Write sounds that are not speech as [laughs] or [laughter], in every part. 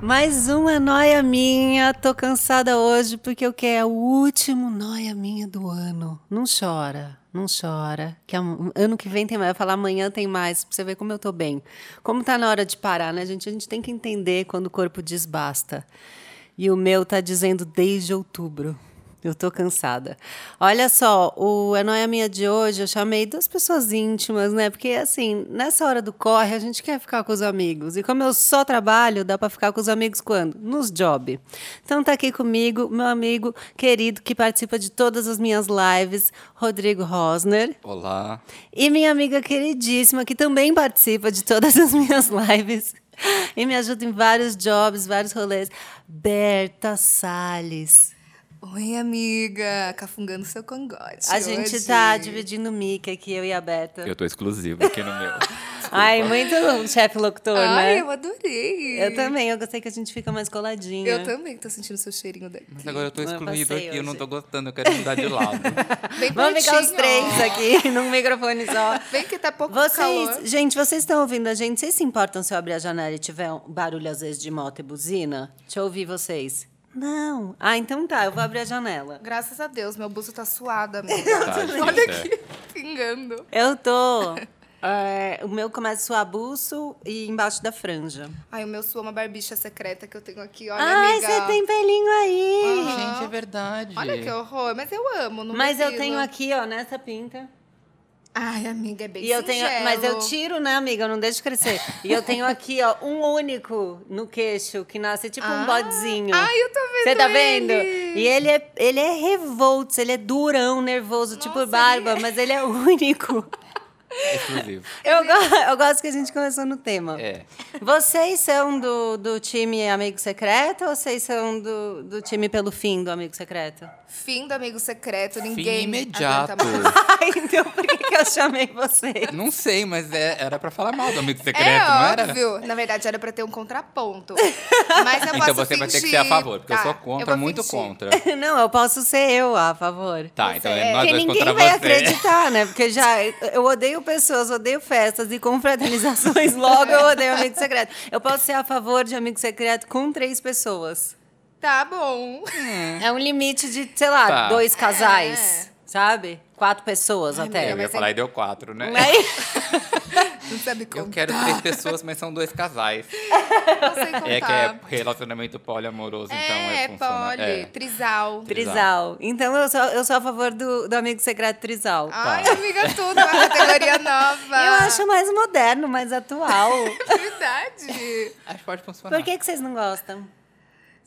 Mais uma noia minha. Tô cansada hoje porque eu quero é o último noia minha do ano. Não chora, não chora. Que am- ano que vem tem mais. Eu falar amanhã tem mais, pra você ver como eu tô bem. Como tá na hora de parar, né, gente? A gente tem que entender quando o corpo diz basta. E o meu tá dizendo desde outubro. Eu tô cansada. Olha só, o É Noia Minha de hoje, eu chamei duas pessoas íntimas, né? Porque, assim, nessa hora do corre, a gente quer ficar com os amigos. E como eu só trabalho, dá pra ficar com os amigos quando? Nos job. Então tá aqui comigo meu amigo querido que participa de todas as minhas lives, Rodrigo Rosner. Olá. E minha amiga queridíssima, que também participa de todas [laughs] as minhas lives e me ajuda em vários jobs, vários rolês, Berta Salles. Oi, amiga, cafungando seu cangote. A gente hoje. tá dividindo mic aqui, eu e a Berta. Eu tô exclusivo aqui no [laughs] meu. Ai, muito chefe locutor, Ai, né? eu adorei. Eu também, eu gostei que a gente fica mais coladinho. Eu também tô sentindo seu cheirinho daqui. Mas agora eu tô é Não, eu excluído passei aqui, eu não hoje. tô gostando, eu quero mudar de [laughs] lado. tá, Bem Vamos ficar os pertinho, três ó. aqui [laughs] num microfone só. [laughs] Vem que tá pouco Vocês, calor. gente, vocês estão ouvindo a gente? Vocês se importam se eu abrir a janela e tiver um barulho, às vezes, de moto e buzina? Deixa eu ouvir vocês. Não. Ah, então tá, eu vou abrir a janela. Graças a Deus, meu busto tá suado, amiga. [laughs] Tá, gente, Olha aqui, pingando. Eu [laughs] tô. é, o meu começa a suar buço e embaixo da franja. Ai, o meu sua é uma barbicha secreta que eu tenho aqui, olha, Ai, amiga. você tem pelinho aí! É. Gente, é verdade. Olha que horror, mas eu amo, não Mas eu vacilo. tenho aqui, ó, nessa pinta. Ai, amiga, é bem E eu tenho, singelo. mas eu tiro, né, amiga? Eu não deixo crescer. E eu tenho aqui, ó, um único no queixo, que nasce tipo um Ah. bodezinho. Ai, eu tô vendo Você tá vendo? ele. E ele é, ele é revolto, ele é durão, nervoso, tipo Nossa, barba, ele mas ele é [laughs] único. Exclusivo. Eu, go- eu gosto que a gente começou no tema. É. Vocês são do, do time Amigo Secreto ou vocês são do, do time pelo fim do Amigo Secreto? [laughs] Fim do amigo secreto, Fim ninguém imediato. aguenta mais. Ai, então por que, que eu chamei vocês? Não sei, mas é- era pra falar mal do amigo secreto, É não era? óbvio. Na verdade, era pra ter um [laughs] contraponto. Mas eu Então posso você vai ter que fingir. ser a favor, porque eu Tá, sou vou contra, muito fingir. contra. Não, eu posso ser eu, a favor. Tá, então é- é nós Porque dois ninguém contra vai você. acreditar, né? Porque já eu odeio pessoas, odeio festas e confraternizações. [laughs] Logo eu odeio amigo secreto. Eu posso ser a favor de amigo secreto com três pessoas. Tá bom. [laughs] É um limite de, sei lá, Tá. dois casais, É. sabe? Quatro pessoas até. Eu ia [laughs] mas falar é- e deu quatro, né? Mas- Não sabe como. Eu [laughs] quero três pessoas, mas são dois casais. Não sei [laughs] contar. É que é relacionamento poliamoroso, então Então tá. É, é, funciona. poli, É. trisal. Trisal. Então eu sou, eu sou a favor do, do amigo secreto Trisal. Ai, amiga, tudo. Uma categoria nova. Eu acho mais moderno, mais [laughs] atual. [laughs] Verdade. Acho que pode funcionar. Por que, que vocês não gostam?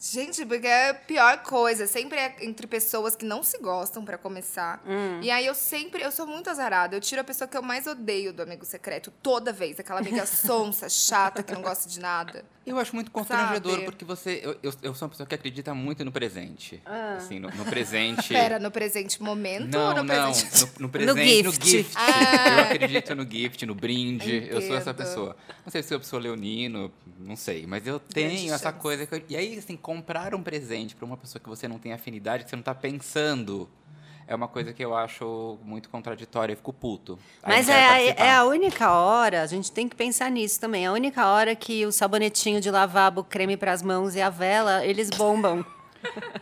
Gente, porque é a pior coisa. Sempre é entre pessoas que não se gostam, pra começar. Hum. E aí eu sempre. Eu sou muito azarada. Eu tiro a pessoa que eu mais odeio do amigo secreto toda vez. Aquela [laughs] amiga sonsa, chata, que não gosta de nada. Eu acho muito constrangedor, Sabe? porque você. Eu, eu, eu sou uma pessoa que acredita muito no presente. Assim, no, no presente. Ah. [laughs] Pera, no presente momento [laughs] ou Não, no não. presente? No, no presente, no gift. gift. Ah. Eu acredito no gift, no brinde. Eu sou essa Entendo. pessoa. Não sei se eu sou leonino, não sei. Mas eu tenho essa chance. coisa. que eu- e aí, assim, comprar um presente pra uma pessoa que você não tem afinidade, que você não tá pensando. É uma coisa que eu acho muito contraditória. Eu fico puto. Aí Mas não quero é, a- é a participar. única hora, a gente tem que pensar nisso também. É a única hora que o sabonetinho de lavabo, creme para as mãos e a vela, eles [laughs] bombam.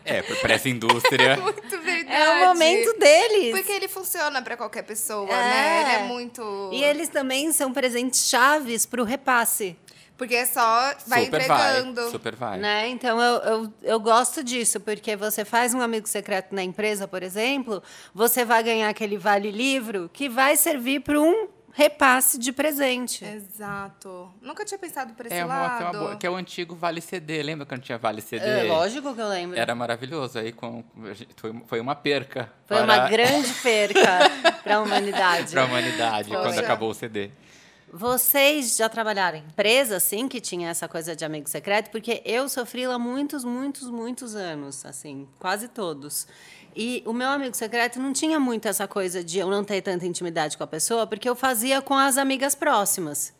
É, pra essa indústria. Muito verdade. É o momento deles. Porque ele funciona pra qualquer pessoa, É. né? Ele é muito. E eles também são presentes chaves para o repasse. Porque é só [laughs] vai super entregando. vai. Super vai. Né? Então eu, eu, eu gosto disso, porque você faz um amigo secreto na empresa, por exemplo, você vai ganhar aquele vale livro que vai servir para um repasse de presente. Exato. Nunca tinha pensado por esse É uma, lado. que é uma boa- que é o antigo Vale CD. Lembra quando tinha Vale CD? É, lógico que eu lembro. Era maravilhoso. Aí com, a gente- foi, foi uma perca Foi para, uma [laughs] grande perca para a humanidade. para a humanidade Poxa. quando acabou o CD. Vocês já trabalharam em empresa, assim, que tinha essa coisa de amigo secreto? Porque eu sofri lá muitos, muitos, muitos anos, assim, quase todos. E o meu amigo secreto não tinha muito essa coisa de eu não ter tanta intimidade com a pessoa, porque eu fazia com as amigas próximas.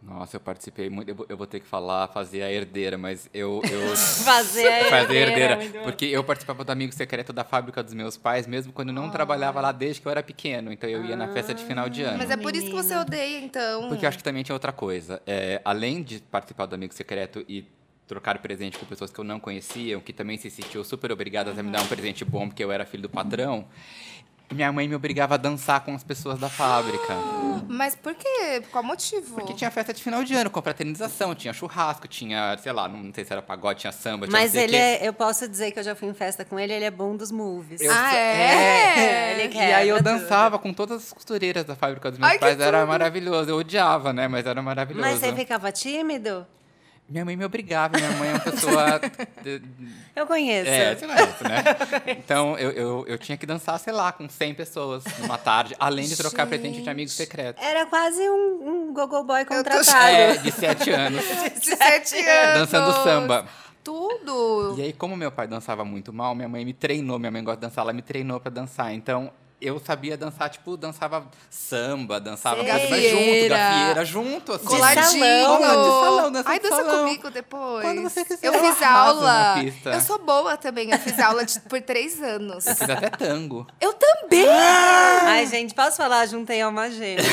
Nossa, eu participei muito. Eu, vou- eu vou ter que falar, fazer a herdeira, mas eu. eu [laughs] Fazer a fazer a herdeira, herdeira. muito bom. Porque eu participava do amigo secreto da fábrica dos meus pais, mesmo quando eu Ah. não trabalhava lá desde que eu era pequeno. Então eu ia na festa de final de ano. Mas é por isso que você odeia, então. Porque eu acho que também tinha outra coisa. É, além de participar do Amigo Secreto e trocar presente com pessoas que eu não conhecia, que também se sentiu super obrigadas a me dar um presente bom porque eu era filho do patrão, minha mãe me obrigava a dançar com as pessoas da fábrica. Mas por quê? Qual motivo? Porque [laughs] tinha festa de final de ano, com fraternização, tinha churrasco, tinha, sei lá, não sei se era pagode, tinha samba, tinha não Mas sei o ele quê. é, eu posso dizer que eu já fui em festa com ele, ele é bom dos movies. Eu Ah, sou- é? Ele E aí eu quebra dançava com todas as costureiras da fábrica dos meus Ai, que pais, era tudo! maravilhoso. Eu odiava, né? Mas era maravilhoso. Mas você ficava tímido? Minha mãe me obrigava, minha mãe é uma pessoa de- Eu conheço. É, você conhece, né? [laughs] Então, eu, eu, eu tinha que dançar, sei lá, com 100 pessoas numa tarde, além de trocar presente de amigo secreto. Era quase um, um gogo boy contratado. É, de 7 [laughs] anos. 17 anos. É, Dançando samba. Tudo. E aí, como meu pai dançava muito mal, minha mãe me treinou, minha mãe gosta de dançar, ela me treinou pra dançar. Então, eu sabia dançar, tipo, dançava samba, dançava Sei. coisa, mas junto, Gafieira. gafieira, junto, assim. Coladinho. Cola de salão, dança Ai, de dança salão. comigo depois. Quando você quiser. Eu Eu fiz arraso na aula. pista. Eu sou boa também. Eu fiz aula de- por três anos. Eu fiz até tango. Eu também Ah! Ai, gente, posso falar? Juntei alma gêmea.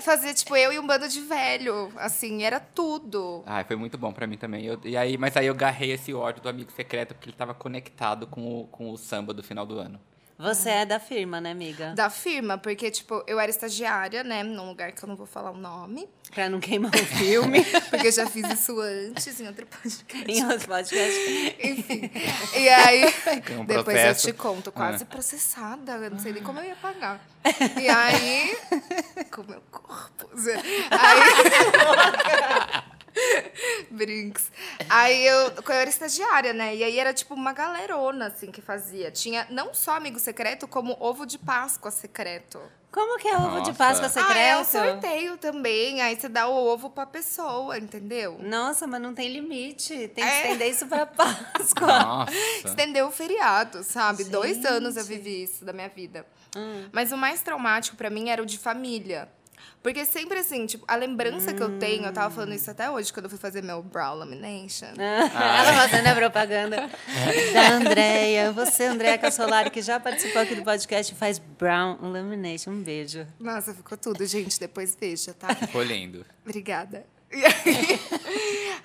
fazia, tipo, eu e um bando de velho. Assim, era tudo. Ai, foi muito bom pra mim também. Eu- e aí, mas aí eu garrei esse ódio do amigo secreto, porque ele tava conectado com o, com o samba do final do ano. [laughs] Você é da firma, né, amiga? Da firma, porque, tipo, eu era estagiária, né? Num lugar que eu não vou falar o nome. Pra não queimar o [laughs] filme Porque eu já fiz isso antes em outro podcast. em outro podcast. Enfim. E aí, [laughs] Tem um depois processo. É. Ah. eu te conto, quase processada. Eu não sei nem como eu ia [laughs] pagar. E aí, com meu corpo. Zé. Aí. [laughs] Brinks. Aí eu, eu era estagiária, né? E aí era tipo uma galerona, assim, que fazia. Tinha não só amigo secreto, como ovo de Páscoa secreto. Como que é ovo de Nossa. Páscoa Ah, é um secreto? sorteio também. Aí você dá o ovo pra pessoa, entendeu? Nossa, mas não tem limite. Tem que É. estender isso pra [laughs] Páscoa. Nossa. Estendeu o feriado, sabe? Dois Gente. anos eu vivi isso da minha vida. Hum. Mas o mais traumático pra mim era o de família. Porque sempre assim, tipo, a lembrança que eu tenho, eu tava falando isso até hoje quando eu fui fazer meu brow lamination. É. Ela fazendo a propaganda É. da Andréia. Você, Andréia Cassolari, que já participou aqui do podcast, faz Brown Illumination. Um beijo. Nossa, ficou tudo, gente. Depois [laughs] veja, tá? Ficou lindo. [laughs] Obrigada. E aí,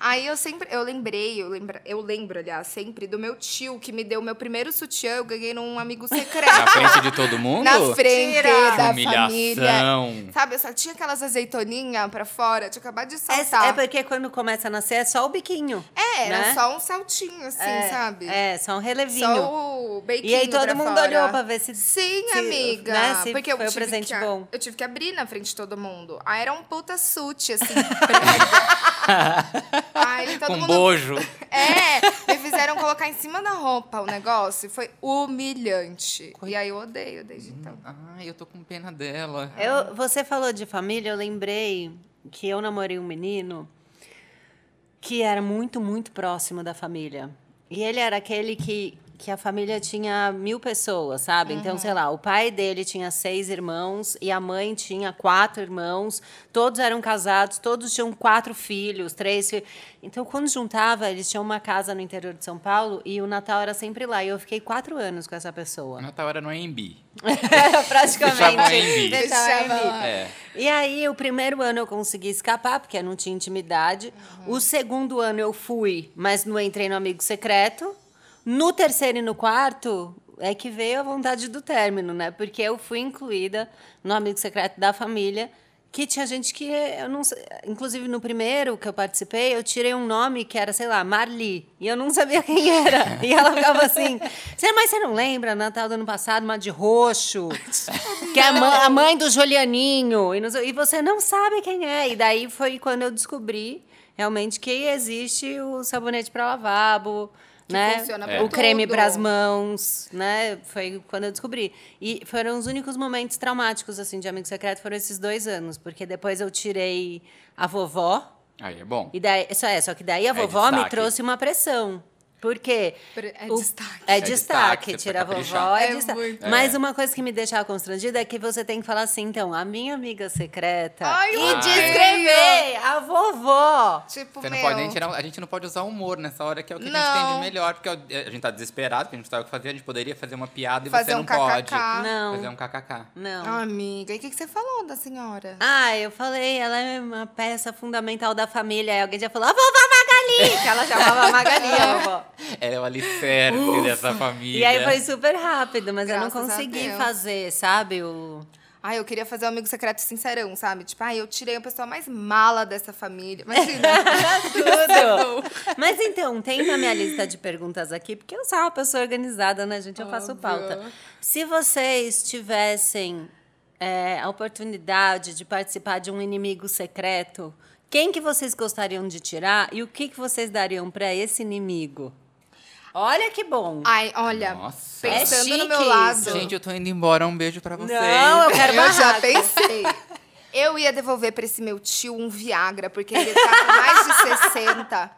aí eu sempre, eu lembrei, eu lembro, eu lembro, aliás, sempre do meu tio que me deu meu primeiro sutiã, eu ganhei num amigo Na secreto. frente de todo mundo? [laughs] Na frente Mentira! da família. Humilhação. Sabe, eu só tinha aquelas azeitoninhas pra fora, tinha acabado de saltar. É, é porque quando começa a nascer é só o biquinho. Então tá. É, era né? só um saltinho, assim, é, sabe? É, só um relevinho. Só o beicinho E aí todo pra mundo fora. olhou pra ver se. Sim, se- amiga. né, se porque eu foi o tive presente que, bom. Eu tive que abrir na frente de todo mundo. Aí era um puta [laughs] sute, assim. preto. aí todo Com mundo. bojo. É, me fizeram colocar em cima da roupa o negócio e foi humilhante. E aí eu odeio desde Uhum. então. Ai, eu tô com pena dela. Eu, você falou de família, eu lembrei que eu namorei um menino que era muito, muito próximo da família. E ele era aquele que, que a família tinha mil pessoas, sabe? Então, sei lá, o pai dele tinha seis irmãos e a mãe tinha quatro irmãos. Todos eram casados, todos tinham quatro filhos, três filhos. Então, quando juntava, eles tinham uma casa no interior de São Paulo e o Natal era sempre lá. E eu fiquei quatro anos com essa pessoa. Natal era no AMB. [laughs] Fechava Praticamente. em mim. Fechava em mim. Fechava. É. E aí, o primeiro ano eu consegui escapar, porque eu não tinha intimidade. O segundo ano eu fui, mas não entrei no amigo secreto. No terceiro e no quarto é que veio a vontade do término, né? Porque eu fui incluída no amigo secreto da família. Que tinha gente que eu não sei- Inclusive, no primeiro que eu participei, eu tirei um nome que era, sei lá, Marli. E eu não sabia quem [laughs] era. E ela ficava assim. "Cê- Mas você não lembra, Natal do ano passado, uma de roxo? que é a, mã- a mãe do Julianinho. E, não sei- e você não sabe quem é. E daí foi quando eu descobri realmente que existe o sabonete para lavabo. Que né? funciona o pra tudo. creme para as mãos, né? Foi quando eu descobri. E foram os únicos momentos traumáticos assim de amigo secreto foram esses dois anos, porque depois eu tirei a vovó Aí é bom. tipo, e daí só é só que daí a É vovó me destaque. trouxe uma pressão. Por quê? Pre- é O- destaque. É, É destaque, destaque, você tira a vovó, precisa é, caprichar. É destaque. muito. Mas uma coisa que me deixava constrangida é que você tem que falar assim, então, a minha amiga secreta. Ai, eu e odeio! descrever a vovó. Tipo, Você não meu. pode nem tirar, um- a gente não pode usar humor nessa hora, que é o que a gente tem Não. de melhor, porque a gente tá desesperado, porque a gente não sabe o que fazer, a gente poderia fazer uma piada e Fazer você um não pode. kkk. Não. Fazer um kkk. Não. Ah, Amiga, e o que, que você falou da senhora? Ah, eu falei, ela é uma peça fundamental da família. Aí alguém já falou, a vovó Magali! Que ela chamava a Magali, a vovó. [laughs] Ela é o alicerce dessa família. E aí foi super rápido, mas eu não Graças a consegui Deus. fazer, sabe? O... Ah, eu queria fazer um amigo secreto sincerão, sabe? Tipo, ah, eu tirei a pessoa mais mala dessa família. Imagina. Tudo! mas então, tem na minha lista de perguntas aqui, porque eu sou uma pessoa organizada, né, gente? Eu faço Óbvio. pauta. Se vocês tivessem é, a oportunidade de participar de um inimigo secreto, quem que vocês gostariam de tirar e o que, que vocês dariam pra esse inimigo? Olha que bom! Ai, assim, olha, Nossa. pensando É no chique meu lado. isso. Gente, eu tô indo embora, um beijo pra vocês. Não, eu quero eu já barraco. pensei. [laughs] Eu ia devolver pra esse meu tio um Viagra, porque ele tá com mais de 60.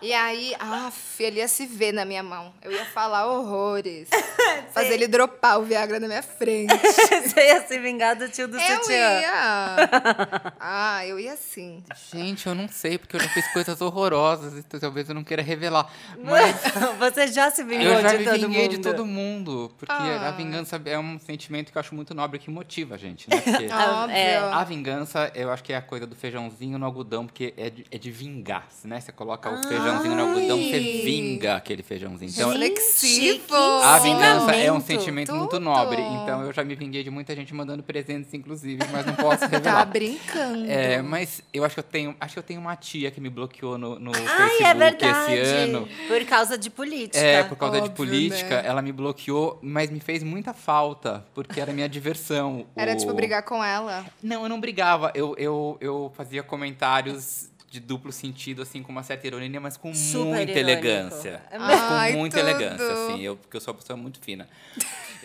E aí, af, ele ia se ver na minha mão. Eu ia falar horrores. Fazer ele dropar o Viagra na minha frente. Você ia se vingar do tio do Eu sutiã. ia. Ah, eu ia sim. Gente, eu não sei, porque eu já fiz coisas horrorosas, então talvez eu não queira revelar. Mas [laughs] Você já se vingou eu já de me todo vinguei mundo. de todo mundo. Porque Ah. a vingança é um sentimento que eu acho muito nobre, que motiva a gente, né? [laughs] Porque Ah, Óbvio. é. a vingança, eu acho que é a coisa do feijãozinho no algodão, porque é de, é de vingar, né? Você coloca o feijãozinho no algodão, você Ai. vinga aquele feijãozinho. Então, Gente, Reflexivo. que a ensinamento. vingança é um sentimento muito Tudo. nobre. Então, eu já me vinguei de muita gente mandando presentes, inclusive, mas não posso Tá revelar. brincando. É, mas eu acho que eu tenho. Acho que eu tenho uma tia que me bloqueou no, no Ai, é Facebook verdade. esse ano. Por causa de política. É, por causa de Tá, Óbvio, política, né? ela me bloqueou, mas me fez muita falta, porque era minha diversão. Era O- tipo brigar com ela. Não, eu não brigava. Eu, eu, eu fazia comentários de duplo sentido, assim, com uma certa ironia, mas com Super muita irônico. elegância. É Mas Ai, com muita tudo. elegância, assim. Eu, porque eu sou uma pessoa muito fina.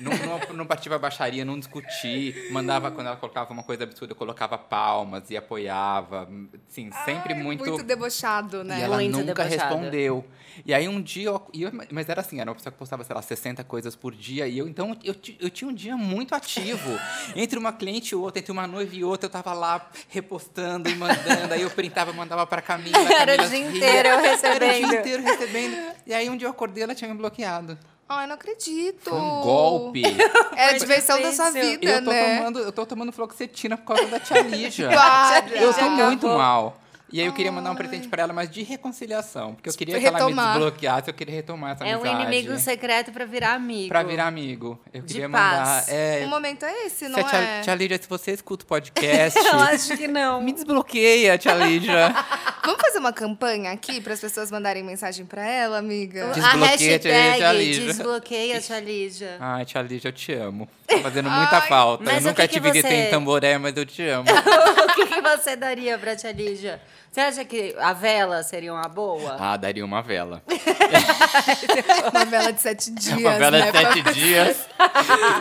Não, não, não partia pra baixaria, não discutia. Mandava, quando ela colocava uma coisa absurda, eu colocava palmas e apoiava. Assim, sempre muito. Muito debochado, E né? ela Muito nunca debochada. respondeu. E aí um dia. Eu, e eu- mas era assim, era uma pessoa que postava, sei lá, 60 coisas por dia. E eu, então, eu, ti- eu tinha um dia muito ativo. [laughs] entre uma cliente e outra, entre uma noiva e outra, eu tava lá repostando e mandando. aí eu printava, mandava pra Camila. a [laughs] Era o Camila dia ria. inteiro eu Era o dia recebendo. inteiro recebendo. E aí um dia eu acordei, ela tinha me bloqueado. Ai, não acredito. É, Foi um golpe. [laughs] Era a Foi diversão da sua difícil. vida, eu, tô né? tomando, eu tô tomando fluoxetina por causa da [laughs] tia Lígia. [laughs] Para. Eu tô Já muito acabou. mal. E aí eu queria mandar um presente pra ela, mas de reconciliação. Porque eu queria que ela me Tipo, Retomar. desbloqueasse, eu queria retomar essa É um amizade. inimigo secreto pra virar amigo. [laughs] Pra virar amigo. Eu De queria paz. mandar. É, O momento é esse, não se a tia, é? tia Lídia, se você escuta [laughs] o podcast, Eu acho que não. me desbloqueia, tia Lídia. [laughs] Vamos fazer uma campanha aqui para as pessoas mandarem mensagem pra ela, amiga? A Desbloqueia a tia hashtag Lígia. desbloqueia a tia Lígia. [laughs] Ai, tia Lídia, eu te amo. Tá fazendo muita falta. Mas o eu nunca que que te visitei você- em tamboré, mas eu [laughs] te amo. o que, que você daria pra tia Lígia? Você acha que a vela seria uma boa? ah, daria uma vela. [laughs] Uma vela de sete dias, uma vela né? de sete [laughs] dias.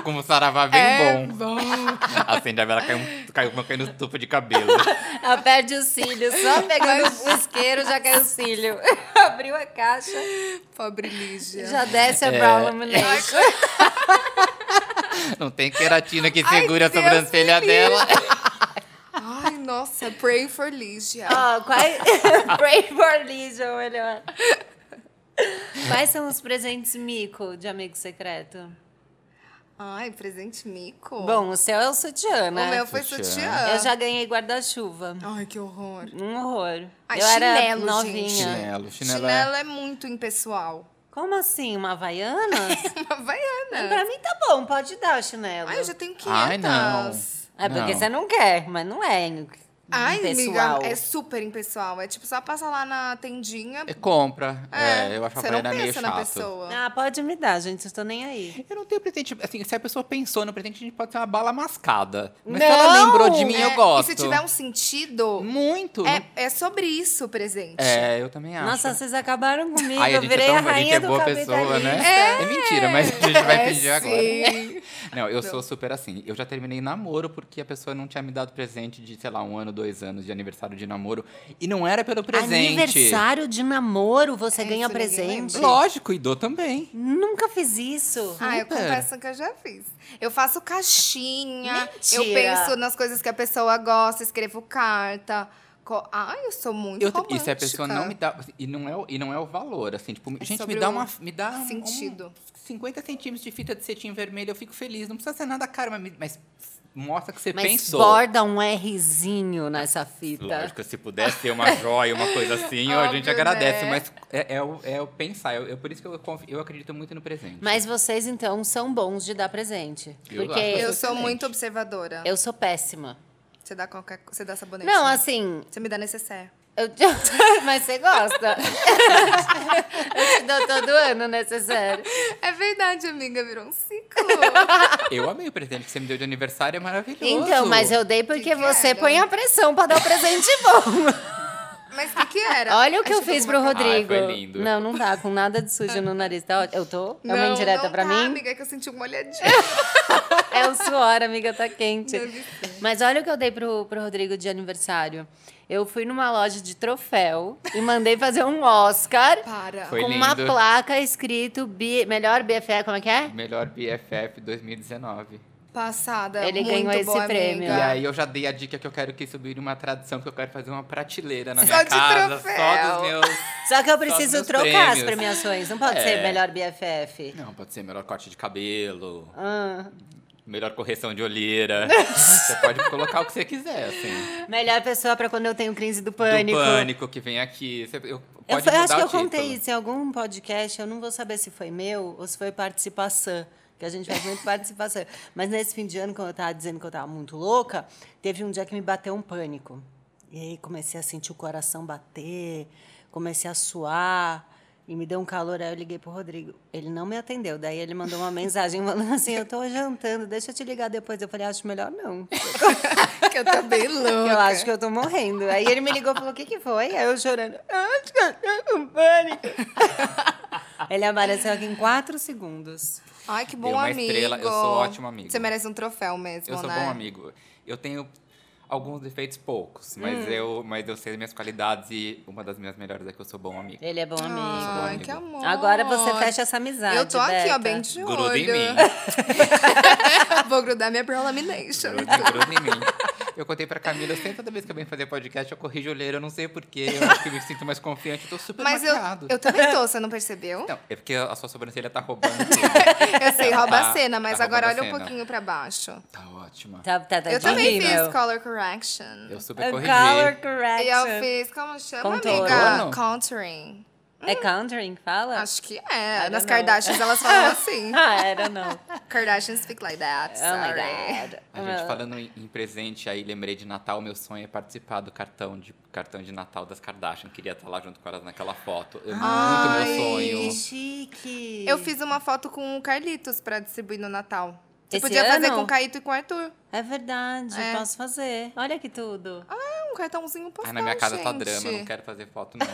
Com um saravá bem É bom. Acende a vela, cai, um, cai uma cai no tufo de cabelo. Ela perde o cílio, só pegando o isqueiro já caiu o cílio. [laughs] Abriu a caixa, [laughs] Pobre Lígia. já desce a É. brown lamination. [laughs] Não tem queratina que Ai, segura Deus a sobrancelha me livre. dela. Ai, nossa, pray for Lígia. Ó, [laughs] quais... Pray for Lígia, ou melhor. Quais são os presentes mico de amigo secreto? Ai, presente mico. Bom, o seu é o sutiã, o né? é. meu foi Sutiã. sutiã. Eu já ganhei guarda-chuva. Ai, que horror. Um horror. Ai, Eu era Ah, chinelo, novinha. gente. Chinelo, chinelo. é- Chinelo é muito impessoal. [laughs] Como assim? Uma havaiana? Uma vaiana. pra mim tá bom, pode dar o chinelo. Ai, eu já tenho 500. Ai, não. É porque Não. você não quer, mas não é Ai, pessoal. amiga, é super impessoal. É tipo, só passa lá na [laughs] tendinha. É compra. É, eu acho a você não Havaiana meio pensa na chato. pessoa. Ah, pode me dar, gente, eu tô nem aí. Eu não tenho presente. Assim, se a pessoa pensou no presente, a gente pode ter uma bala mascada. Mas se Não! ela lembrou de mim, É, eu gosto. E se tiver um sentido, Muito. não- é, é sobre isso o presente. É, eu também acho. Nossa, vocês acabaram comigo, Ai, a eu gente virei é tão, a rainha a gente do é boa capitalismo. pessoa, né? É. mentira, mas a gente vai pedir agora. É, sim. Não, eu sou super assim. Eu já terminei namoro porque a pessoa não tinha me dado presente de, sei lá, um ano, dois anos de aniversário de namoro. E não era pelo presente. Aniversário de namoro, você É, ganha isso ninguém presente? lembra. Lógico, e dou também. Nunca fiz isso. Ah, eu Super. confesso que eu já fiz. Eu faço caixinha, eu Mentira. penso nas coisas que a pessoa gosta, escrevo carta. Co- Ai, eu sou muito Eu, é romântica. e se a pessoa não me dá. E não é, o- e não é o valor, assim, tipo, gente, me sobre dá o uma. Me dá um- sentido. Um, 50 centímetros de fita de cetim vermelho, eu fico feliz. Não precisa ser nada caro, mas, me- mas mostra que você Mas pensou. borda um Rzinho nessa fita. Lógico, se pudesse ter uma joia, uma coisa assim, a gente Óbvio, agradece. né? Mas é, é o, é o pensar. Eu, eu- por isso que eu, conf- eu acredito muito no presente. Mas vocês, então, são bons de dar presente. Eu porque acho. Eu sou Exatamente. muito observadora. eu sou péssima. Você dá qualquer co- Você dá sabonete. Não, né? assim, Você me dá necessaire. Eu te- [laughs] Mas você [laughs] gosta. eu te dou todo ano né, necessário. É verdade, amiga, virou [laughs] um ciclo. Eu amei o presente que você me deu de aniversário, é maravilhoso. Então, mas eu dei porque Que você quero. põe a pressão pra dar o presente bom. Mas o que, que era? [laughs] Olha o que É eu tipo fiz uma pro ca- Rodrigo. Ai, foi lindo. Não, não tá com nada de sujo no nariz. Tá ótimo. Eu tô? É uma Não, indireta não pra tá, mim? amiga, é que eu senti uma olhadinha. [laughs] É o suor, amiga, tá quente. Deve ser. Mas olha o que eu dei pro, pro Rodrigo de aniversário. Eu fui numa loja de troféu e mandei fazer um Oscar Para. Foi com uma lindo. placa escrito B- melhor BFE, como é que é? Melhor BFF 2019. Passada. Ele muito ganhou esse boa, prêmio. E amiga. aí eu já dei a dica que eu quero que isso vire uma tradição, que eu quero fazer uma prateleira na Só minha de casa, só troféu. dos meus... Só que eu Só preciso dos trocar as prêmios. premiações. Não pode É. ser melhor BFF. Não, pode ser melhor corte de cabelo, Ah, melhor correção de olheira. você pode colocar o que você quiser, assim. melhor pessoa pra quando eu tenho crise do pânico. Pânico. Do pânico que vem aqui. Você, eu, pode Eu, fa- eu mudar acho o que eu título. contei isso em algum podcast. Eu não vou saber se foi meu ou se foi participação. Que a gente faz muito participação. Mas nesse fim de ano, quando eu tava dizendo que eu tava muito louca, teve um dia que me bateu um pânico. E aí comecei a sentir o coração bater, comecei a suar. E me deu um calor, aí eu liguei pro Rodrigo. Ele não me atendeu. Daí ele mandou uma mensagem [laughs] falando assim: Eu tô jantando, deixa eu te ligar depois. Eu falei: Acho melhor não. Que eu tô bem Porque louca. Eu acho que eu tô morrendo. Aí ele me ligou e falou: o que, que foi? Aí eu chorando. "Ah, acho que eu tô com pânico. [laughs] Ele apareceu aqui em quatro segundos. Ai, que bom Dei uma amigo. estrela, eu sou ótimo amigo. Você merece um troféu mesmo, Eu sou né? bom amigo. Eu tenho alguns defeitos poucos, mas, eu, mas eu sei as minhas qualidades e uma das minhas melhores é que eu sou bom amigo. Ele é bom amigo. Ai, amigo. que amor. Agora você fecha essa amizade. Eu tô aqui, Beca. ó, bem de olho. Gruda em mim. [laughs] Vou grudar minha Pearl Lamination. [laughs] Gruda, gruda em mim. Eu contei pra Camila, eu sempre toda vez que eu venho fazer podcast, eu corrijo o leiro, eu não sei porquê. Eu acho que me sinto mais confiante, eu tô super Mas eu, maquiado. eu também tô, você não percebeu? Não, é porque a sua sobrancelha tá roubando tudo. [laughs] Eu sei, rouba Tá- a cena, mas tá agora roubando olha a um cena. pouquinho pra baixo. Tá ótima. Tá, tá, tá Eu também incrível. fiz color correction. Eu super É corrigi. color E eu correction. fiz, como chama, Contorno. amiga? Contouring. É countering, que fala? Acho que é. I Nas don't know. Kardashians elas falam [laughs] assim. Ah, era [laughs] não. Oh Kardashians speak like that, my sorry. god. A gente falando em em presente, aí lembrei de Natal. Meu sonho é participar do cartão de, cartão de Natal das Kardashian. Queria estar lá junto com elas naquela foto. É muito meu Que sonho. chique. Eu fiz uma foto com o Carlitos pra distribuir no Natal. Você Esse podia fazer ano? com o Caíto e com o Arthur. É verdade, É. posso fazer. Olha que tudo. Um cartãozinho postal, Ai, na minha casa gente. tá drama, eu não quero fazer foto, não.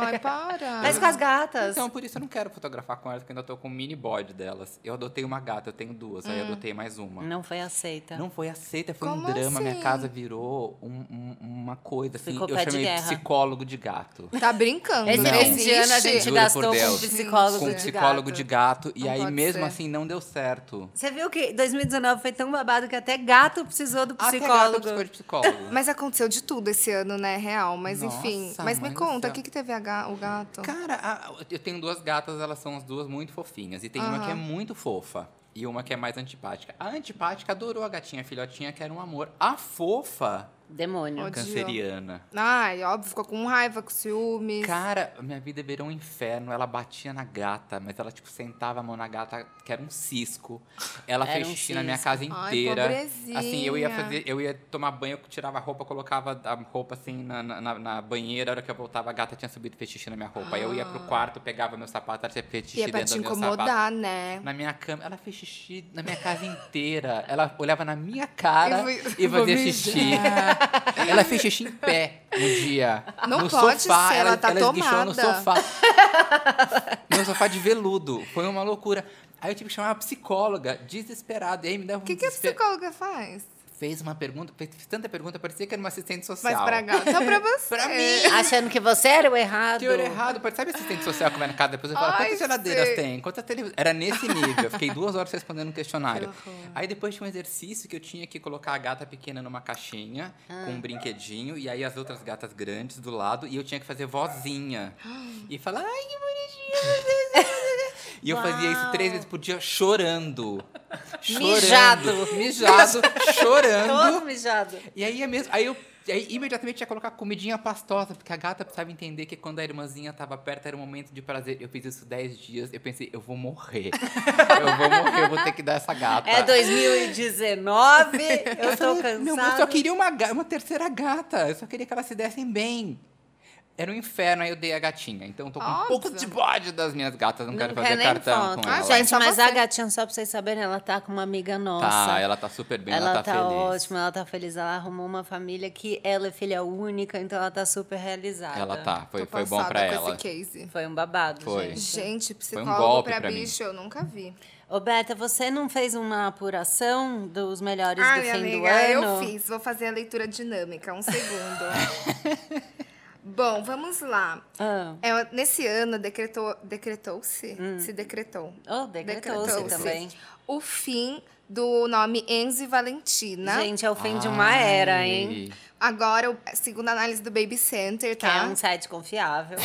Ai, para. Mas com as gatas. então, por isso eu não quero fotografar com elas, porque ainda tô com um mini bode delas. Eu adotei uma gata, eu tenho duas, aí eu adotei mais uma. Não foi aceita. Não foi aceita, foi um Como drama. Minha assim? casa virou um- um- uma coisa assim. Ficou eu pé de chamei de guerra. psicólogo de gato. Tá brincando, Esse não Não. fim de ano a gente Juro por gastou com Deus. psicólogo com de um psicólogo gato. de gato. E Não aí, pode mesmo ser. assim, não deu certo. Você viu que 2019 foi tão babado que até gato precisou do Até gato psicólogo. precisou de psicólogo. Mas aconteceu de tudo esse ano, né? Real. Mas Nossa, enfim. Mas mãe me do conta, céu. o que, que teve a ga- o gato? Cara, a- eu tenho duas gatas, elas são as duas muito fofinhas. E tem uma que é muito fofa. E uma que é mais antipática. A antipática adorou a gatinha filhotinha, que era um amor. A fofa Demônio. Odiou. Canceriana. Ai, óbvio, ficou com raiva, com ciúmes. Cara, minha vida virou um inferno. Ela batia na gata, mas ela, tipo, sentava a mão na gata, que era um cisco. Ela Era fez um xixi na minha cisco. casa Ai, inteira. pobrezinha. assim, eu ia fazer, eu ia tomar banho, eu tirava a roupa, colocava a roupa assim na, na- na- na banheira. A hora que eu voltava, a gata tinha subido e fez xixi na minha roupa. Aí eu ia pro quarto, pegava meu sapato, ela tinha feito xixi Ah. E é pra dentro te do meu sapato. incomodar, né? Na minha cama, ela fez xixi na minha casa inteira. Ela olhava na minha cara E fui- e fazia vou xixi. [laughs] ela fez xixi em pé um dia. Não no pode sofá. ser, ela tá esguichou no tomada. sofá. [laughs] no sofá de veludo. Foi uma loucura. Aí eu tive que chamar uma psicóloga, desesperada. E aí me dava um O que, que a desespero. psicóloga faz? Fez uma pergunta, fez tanta pergunta, parecia que era uma assistente social. Faz pra gata, [laughs] só pra você. Pra É. mim. Achando que você era o errado. Que eu era errado, pare- sabe assistente social que vai na casa da pessoa e fala, Ai, quantas geladeiras sei. tem? Quantas tele... Era nesse nível, eu fiquei duas horas respondendo um questionário. [laughs] Que horror. Aí depois tinha um exercício que eu tinha que colocar a gata pequena numa caixinha, Ah. com um brinquedinho, e aí as outras gatas grandes do lado, e eu tinha que fazer vozinha. [gasps] E falar, ai, que bonitinho. E eu fazia isso três vezes por dia, chorando. Chorando. Mijado. [laughs] Mijado, chorando. Todo mijado. E aí é mesmo. Aí eu aí imediatamente ia colocar comidinha pastosa, porque a gata precisava entender que quando a irmãzinha tava perto era um momento de prazer. Eu fiz isso 10 dias, eu pensei, eu [laughs] vou morrer. eu vou morrer, eu vou ter que dar essa gata. É 2019, eu tô cansada. Meu, Tá. eu só queria uma, ga- uma terceira gata. Eu só queria que elas se dessem bem. Era um inferno, aí eu dei a gatinha. Então eu tô com um Óbvio. pouco de bode das minhas gatas. Não, Não quero quer fazer nem cartão foto. com Ah, ela. Gente, Só mas você. a gatinha, só pra vocês saberem, ela tá com uma amiga nossa. Tá, ela tá super bem, ela, Ela tá, feliz. ótima, ela tá feliz. Ela arrumou uma família que ela é filha única, então ela tá super realizada. Ela tá, foi, Tô foi bom passada pra com ela. esse case. Foi um babado, Foi. gente. Gente, psicólogo golpe pra, pra mim. bicho, eu nunca vi. Ô, Berta, você não fez uma apuração dos melhores do Ai, fim do amiga, ano? eu fiz. Vou fazer a leitura dinâmica, [laughs] um segundo. Bom, vamos lá. Ah. É, nesse ano decretou, decretou-se? Hum. Se decretou. Oh, decretou-se Decretou-se. também. O fim do nome Enzo e Valentina. Gente, é o fim de uma era, hein? Ai, Agora, o- segundo a análise do Baby Center, Que é tá? um site confiável.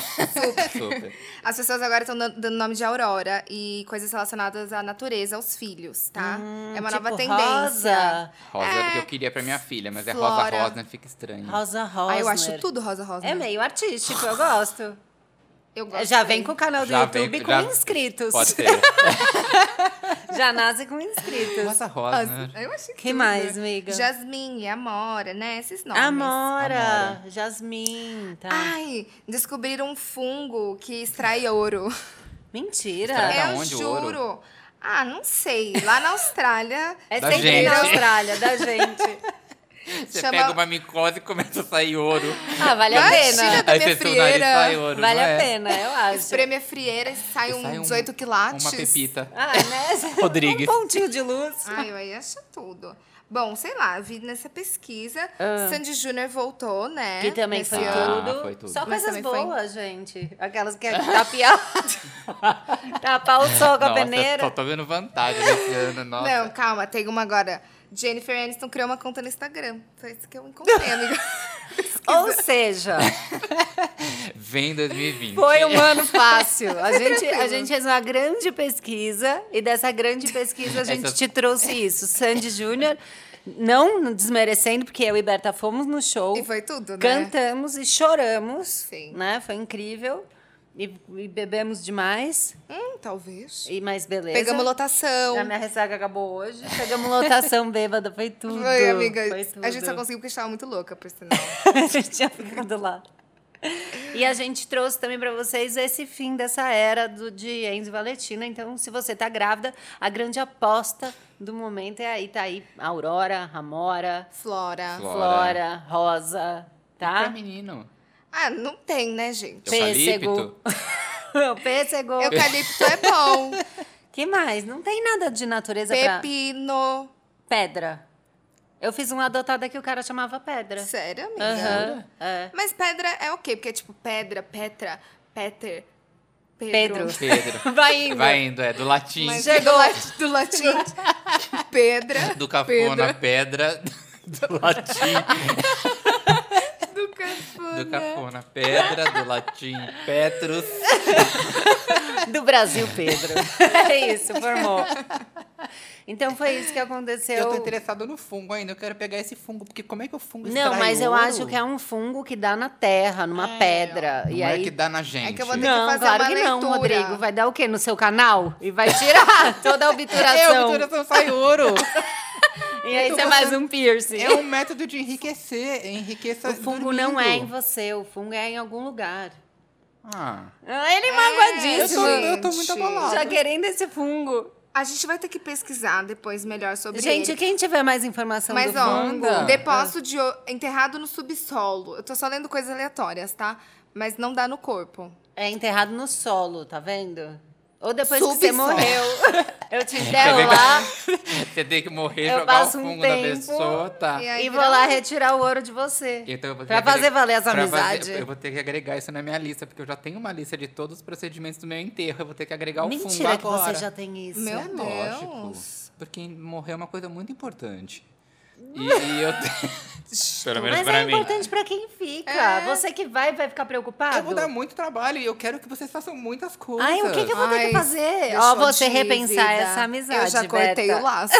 Super. As pessoas agora estão dando nome de Aurora e coisas relacionadas à natureza, aos filhos, tá? é uma tipo nova tendência. Rosa, Rosa era o que eu queria pra minha filha, mas é Rosa É, Flora. Rosner, fica estranho. Rosa Rosa. Ah, eu acho tudo Rosa Rosa. É meio artístico, eu gosto. Eu gosto Já também. vem com é o canal do Já vem- YouTube com já- inscritos. Pode ser. [laughs] Já nasce com inscritos. Rosa Rosner. Eu achei Que tudo. mais, amiga? Jasmine, Amora, né? Esses nomes. Amora, Amora. Jasmin, tá? Ai, descobriram um fungo que extrai [laughs] ouro. Mentira. Estranho. É, da eu onde o juro. ouro? Ah, não sei. Lá na Austrália. [laughs] é Da sempre gente. na Austrália, da gente. Você chama- pega uma micose e começa a sair [laughs] ouro. Ah, vale a Imagina, pena. da Aí minha você seu nariz frieira. sai ouro. Vale não a é? pena, eu acho. Espreme a frieira e sai, Sai um um- 18 quilates. Uma pepita. Ah, [laughs] né? Rodrigues. Um pontinho de luz. Ai, eu aí acho tudo. Bom, sei lá, vi nessa pesquisa. Sandy Júnior voltou, né? Ah. Que também nesse foi um ano. ano. tudo. Ah, foi tudo. Só Mas coisas também foi- um- boas, gente. Aquelas que é [laughs] tapiar. tapar o sol com a Nossa, peneira. só tô vendo vantagem nesse ano, nossa. Não, calma, tem uma agora. Jennifer Aniston criou uma conta no Instagram. Foi isso que eu encontrei, amiga. [laughs] Ou seja, Vem 2020. foi um ano fácil. A gente, a tranquilo. gente fez uma grande pesquisa e dessa grande pesquisa a gente Essa- te trouxe isso. Sandy Júnior, não desmerecendo, porque eu e Berta fomos no show. E foi tudo, né? Cantamos e choramos, Sim. né? Foi incrível. E, e bebemos demais, Hum, talvez. e mais beleza. Pegamos lotação. A minha ressaca acabou hoje. Pegamos lotação bêbada, foi tudo. [laughs] Foi, amiga. Foi tudo. A gente só conseguiu porque estava muito louca, por [laughs] sinal. A gente tinha ficado lá. E a gente trouxe também pra vocês esse fim dessa era do, de Enzo e Valentina. Então, se você tá grávida, a grande aposta do momento é aí, tá aí Aurora, Ramora, Flora. Flora. Flora, Rosa, Pra tá? menino. Ah, não tem, né, gente? Pêssego. [laughs] Eucalipto. Pêssego. Eucalipto [laughs] é bom. Que mais? Não tem nada de natureza pra... Pepino. Pedra. Eu fiz um adotado que o cara chamava Pedra. Sério, amiga? Aham. é. Mas pedra é o quê? Porque é tipo pedra, Petra, Peter, Pedro. Pedro. Pedro. Vai indo. Vai indo, é. Do latim. Mas chegou do latim, do latim [laughs] pedra, Do cafona, pedra. [laughs] Do latim. do cafona. Do cafona, pedra. Do latim, Petrus. [laughs] Do Brasil, Pedro. é isso, formou. Então foi isso que aconteceu. Eu tô interessado no fungo ainda, eu quero pegar esse fungo, porque como é que o fungo Não, extrai mas eu ouro? acho que é um fungo que dá na terra, numa pedra. Não e é aí... que dá na gente. É que eu vou ter Não, que fazer claro uma que não, leitura. Rodrigo. Vai dar o quê? No seu canal? E vai [laughs] tirar toda a É, obturação. [laughs] obturação sai ouro. e aí Eu tô você faz gostando. um piercing. é um método de enriquecer, enriqueça O fungo dormindo. não é em você, o fungo é em algum lugar. Ah, Ah, ele é eu tô, magoadíssimo. eu tô muito Gente. abalada. Já querendo esse fungo. A gente vai ter que pesquisar depois melhor sobre Gente, ele. quem tiver mais informação Mas, do ó, fungo... Manda. depósito de o- enterrado no subsolo. Eu tô só lendo coisas aleatórias, tá? Mas não dá no corpo. É enterrado no solo, tá vendo? Ou depois que você Subsolo. [laughs] morreu. Eu te Você enterro tem que- lá É, Você tem que morrer, Eu jogar o passo um fungo tempo da pessoa, tá? E aí e vou vira lá um- retirar o ouro de você. Então eu vou ter pra que agregar- fazer valer essa pra fazer- amizade. eu vou ter que agregar isso na minha lista, porque eu já tenho uma lista de todos os procedimentos do meu enterro. Eu vou ter que agregar o fungo Mentira que agora. você já tem isso. É Meu Lógico. Deus. Porque morrer é uma coisa muito importante. [laughs] E, e eu tenho. Pelo Mas é né? importante pra quem fica. Você que vai, vai ficar preocupado? Eu vou dar muito trabalho e eu quero que vocês façam muitas coisas. Ai, o que, que eu vou ter que Ai, fazer? deixou Ó, você de repensar vida. essa amizade, Eu já cortei Beta. o [laughs] laço.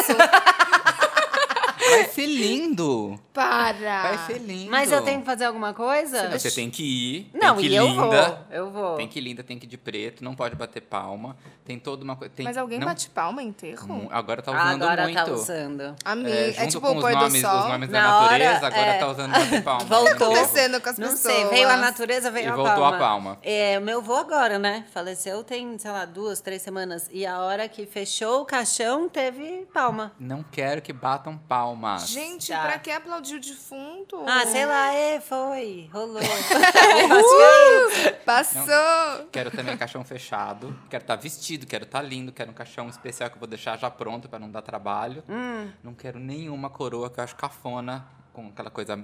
Vai ser lindo! Para. Vai ser lindo. Ah, Mas eu tenho que fazer alguma coisa? Não, Você tem que ir. Não, tem que e eu linda. vou. Eu vou. Tem que ir linda, tem que ir de preto, não pode bater palma. Tem toda uma coisa. tem- Mas alguém não- bate palma em enterro? Mu- Agora tá usando Agora muito. tá usando. Amiga, É, é, junto tipo com o os pôr do nomes, sol. os nomes Na da hora, natureza, agora é. tá usando bater palma. Voltou. Tá acontecendo com as Não pessoas. sei, veio a natureza, veio E a palma. voltou a palma. É, o meu vô agora, né? Faleceu tem, sei lá, duas, três semanas. E a hora que fechou o caixão, teve palma. Não quero que batam palmas. Gente, Tá. pra que aplaudir o defunto? Ah, sei lá, é, foi, [laughs] rolou. Uhul! Uh, Passou! Quero também caixão fechado. Quero estar vestido, quero estar lindo. Quero um caixão especial que eu vou deixar já pronto pra não dar trabalho. Hum. Não quero nenhuma coroa que eu acho cafona. Com aquela coisa...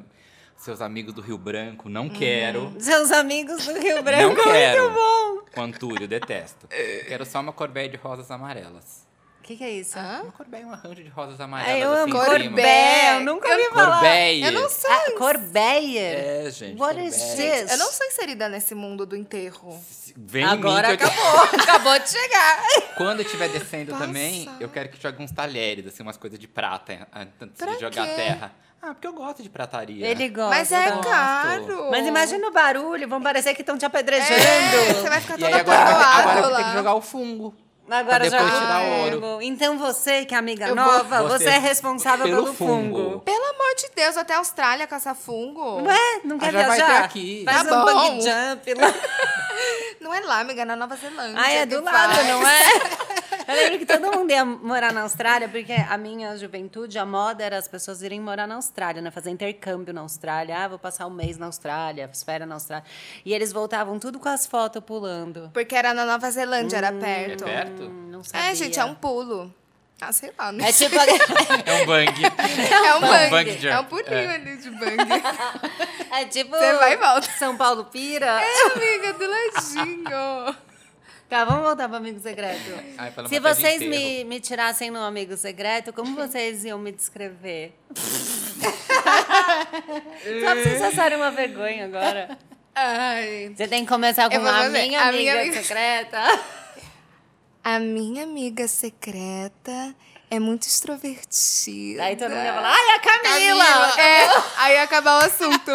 Seus amigos do Rio Branco, não quero. Seus amigos do Rio Uhum. Branco, é não quero. muito bom. [laughs] Quantúrio, detesto. Quero só uma corbeia de rosas amarelas. O que, que é isso? Hã? Uma corbeia é um arranjo de rosas Ah, amarelas. eu amo assim, em Corbeia. cima. Corbé, eu nunca ouvi falar. Corbeia. Eu não sou. Ah, Corbeia? É, gente. What corbeia. is Gente, this? eu não sou inserida nesse mundo do enterro. Vem em mim Agora que eu te- acabou, [laughs] acabou de chegar. Quando eu estiver descendo Passar. também, eu quero que jogue uns talheres, assim, umas coisas de prata, eh, antes Pra de jogar quê? terra. Ah, porque eu gosto de prataria. Ele gosta. Mas é gosta. caro. Mas imagina o barulho, vão parecer que estão te apedrejando. É, você vai ficar tá E toda aí agora, agora eu atordoada vou ter que lá. jogar o fungo. Agora Pra depois já tirar Ah, ouro. bom. Então você, que é amiga Eu vou- nova, você, é responsável pelo, fungo. Pelo amor de Deus, até a Austrália caçar fungo. Não é? Não quer já vai viajar? ter aqui. Faz Tá um bom. bug jump lá. Não é lá, amiga, é na Nova Zelândia. Ah, é que do lado, faz. não é? Eu lembro que todo mundo ia morar na Austrália, porque a minha juventude, a moda era as pessoas irem morar na Austrália, né? Fazer intercâmbio na Austrália. Ah, vou passar um mês na Austrália, férias na Austrália. E eles voltavam tudo com as fotos pulando. Porque era na Nova Zelândia, era É perto. perto? Hum, Não sabia. É, gente, é um pulo. Ah, sei lá. não É sei. tipo... a- [laughs] É um bang. [laughs] é um bang. bang. Bang jump. É um pulinho É. ali de bang. [laughs] É tipo. Você vai e volta. São Paulo pira. É, amiga, do ladinho. [laughs] Tá, vamos voltar pro Amigo Secreto. [laughs] Ai, Tá pela Se matéria vocês de enterro. me, me tirassem no Amigo Secreto, como vocês iam me [laughs] descrever? Só pra vocês passarem uma vergonha agora. Ai. Você tem que começar com Eu vou a fazer. minha A amiga, minha amiga- [laughs] secreta. A minha amiga secreta é muito extrovertida. Aí todo mundo ia falar, ai, a Camila! [laughs] É, aí ia acabar o assunto.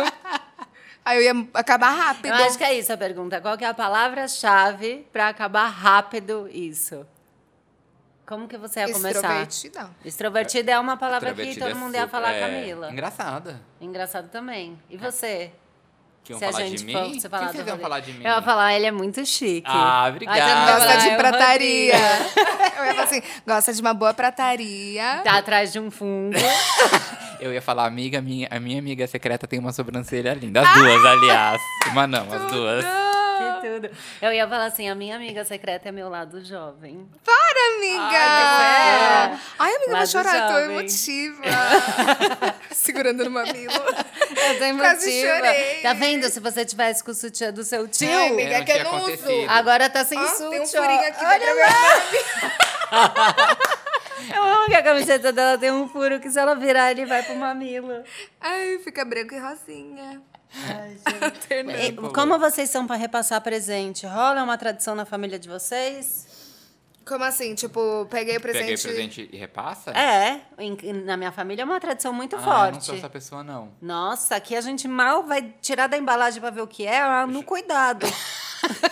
Aí eu ia acabar rápido. Eu acho que é isso a pergunta. Qual que é a palavra-chave pra acabar rápido isso? Como que você ia começar? Extrovertida. Extrovertida é uma palavra que Extrovertida todo mundo é ia super- falar, é, Camila. Engraçada. Engraçado também. E você? Que iam Se a falar de gente mim? for- O que se falar do vocês iam Rodrigo? falar de mim? Eu ia falar, ele é muito chique. Ah, Aí você não vai obrigado. falar, Gosta de "É o prataria. Rodrigo. [laughs] Eu ia falar assim, gosta de uma boa prataria. Tá atrás de um [laughs] fungo. Eu ia falar, amiga, minha, a minha amiga secreta tem uma sobrancelha linda. Ah! As duas, aliás. Uma não, as duas. que tudo. Eu ia falar assim, a minha amiga secreta é meu lado jovem. Amiga! que fera. Ai, amiga, eu vou Lado chorar, eu tô jovem. [laughs] emotiva. Segurando no Eu mamilo. tô Quase emotiva. chorei. Tá vendo? Se você tivesse com o sutiã do seu tio, Ai, amiga, É, não que eu tinha não uso. acontecido. agora tá sem Ó, sutiã. tem um furinho aqui Olha dentro da minha Eu amo que a camiseta dela tem um furo que se ela virar, ele vai pro mamilo. Ai, fica branco e rosinha. [laughs] E como vocês são pra repassar presente? Rola uma tradição na família de vocês? Como assim? Tipo, peguei o Peguei presente. presente e repassa? É, em- na minha família é uma tradição muito ah, eu não forte. sou essa pessoa, não. Nossa, aqui a gente mal vai tirar da embalagem pra ver o que é, ah, no [laughs] cuidado.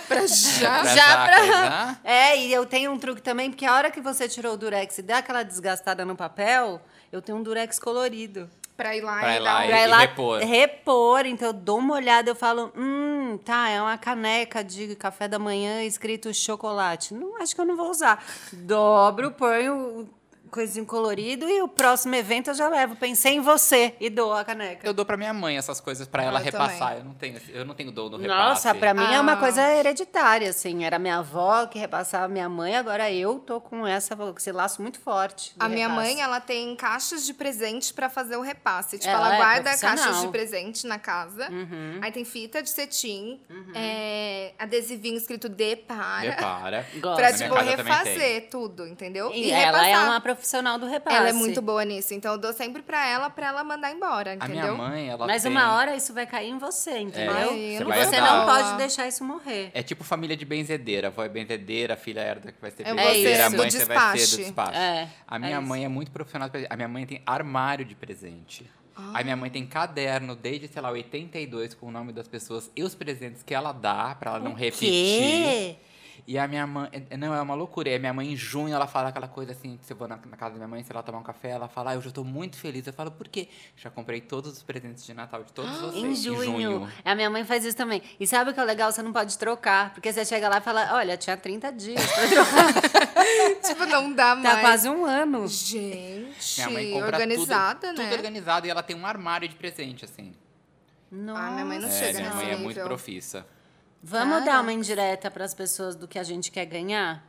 pra já. Já Pra dar pra- coisa? né? É, e eu tenho um truque também, porque a hora que você tirou o durex e dá aquela desgastada no papel, eu tenho um durex colorido. Pra ir lá Pra ir e lá dar um- e- Pra ir lá repor. repor, então eu dou uma olhada, eu falo, hum, tá, é uma caneca de café da manhã escrito chocolate. Não, acho que eu não vou usar. Dobro, ponho o coisinho colorido e o próximo evento eu já levo. Pensei em você e dou a caneca. Eu dou pra minha mãe essas coisas pra ela Ah, Eu repassar. também. Eu não tenho, esse- eu não tenho dom no repasse. Nossa, pra mim é uma Ah. coisa hereditária, assim. Era minha avó que repassava minha mãe, agora eu tô com essa, esse laço muito forte. do A minha repasse. mãe, é ela tem caixas de presente pra fazer o repasse. Tipo, Ela ela, Uhum. é guarda profissional. caixas de presente na casa. Aí tem fita de cetim, é, adesivinho escrito de para. Repara. [laughs] Gosto. Pra, Na minha tipo, casa também tem. refazer tudo, entendeu? E ela é uma profissional do repasse. Ela é muito boa nisso. Então, eu dou sempre pra ela, pra ela mandar embora, A entendeu? minha mãe, ela Mas tem... uma hora isso vai cair em você, entendeu? Ai, você eu não vai vou Você dar. não herdar. pode deixar isso morrer. É tipo família de benzedeira. A avó é benzedeira, a filha herda que vai ser É benzedeira, a você, mãe do você vai ser do despache. despacho. É, a é minha isso. mãe é muito profissional. de presente. A minha mãe tem armário de presente. A minha mãe tem caderno desde, sei lá, 82 com o nome das pessoas e os presentes que ela dá pra ela não repetir. Quê? E a minha mãe. é- Não, é uma loucura. E a minha mãe, em junho, ela fala aquela coisa assim: que se eu vou na, na casa da minha mãe, se ela tomar um café, ela fala, ah, hoje eu tô muito feliz. Eu falo, por quê? Já comprei todos os presentes de Natal de Ah, todos vocês. Em junho. A minha mãe faz isso também. E sabe o que é o legal? Você não pode trocar. Porque você chega lá e fala: olha, tinha 30 dias pra trocar. Tipo, não dá [laughs] mais. tá quase um ano. Gente, Minha mãe compra organizada, tudo, né? Tudo organizado e ela tem um armário de presente, assim. Nossa. Ah, minha mãe não é, chega minha nesse mãe é nível. muito profissa. Vamos dar Caraca. uma indireta pras pessoas do que a gente quer ganhar?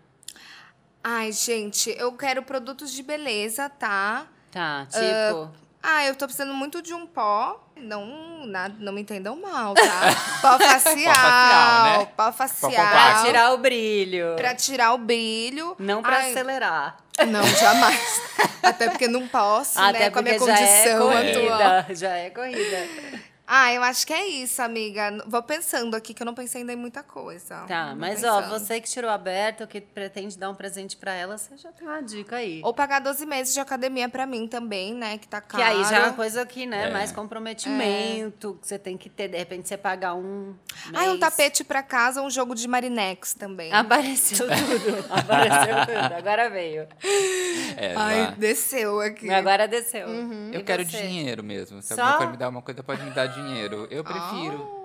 Ai, gente, eu quero produtos de beleza, tá? Tá, tipo. Ah, eu tô precisando muito de um pó. Não, nada, não me entendam [laughs] mal, tá? Pó facial. facial, né? Pó facial. compacto. pra tirar o brilho. pra tirar o brilho. Não pra Ai, acelerar. Não, jamais. [laughs] Até porque não posso, Até né? Com a minha porque já é condição atual. corrida. [laughs] Já é corrida. Ah, eu acho que é isso, amiga. Vou pensando aqui, que eu não pensei ainda em muita coisa. Tá, Vou mas ó, pensando. você que tirou aberto, que pretende dar um presente pra ela, você já tem uma dica aí. Ou pagar 12 meses de academia pra mim também, né? Que tá Que caro. É. aí já é uma coisa que, né, É. mais comprometimento, que você tem que ter, de repente você pagar um Ah, um mês. tapete pra casa, um jogo de marinex também. Ah, Apareceu tudo, [laughs] apareceu tudo, agora veio. É, Ai, lá. desceu aqui. Agora desceu. Eu Uhum, E quero você? dinheiro mesmo. Se Só? alguém for me dar uma coisa, pode me dar dinheiro. Ah. Eu prefiro.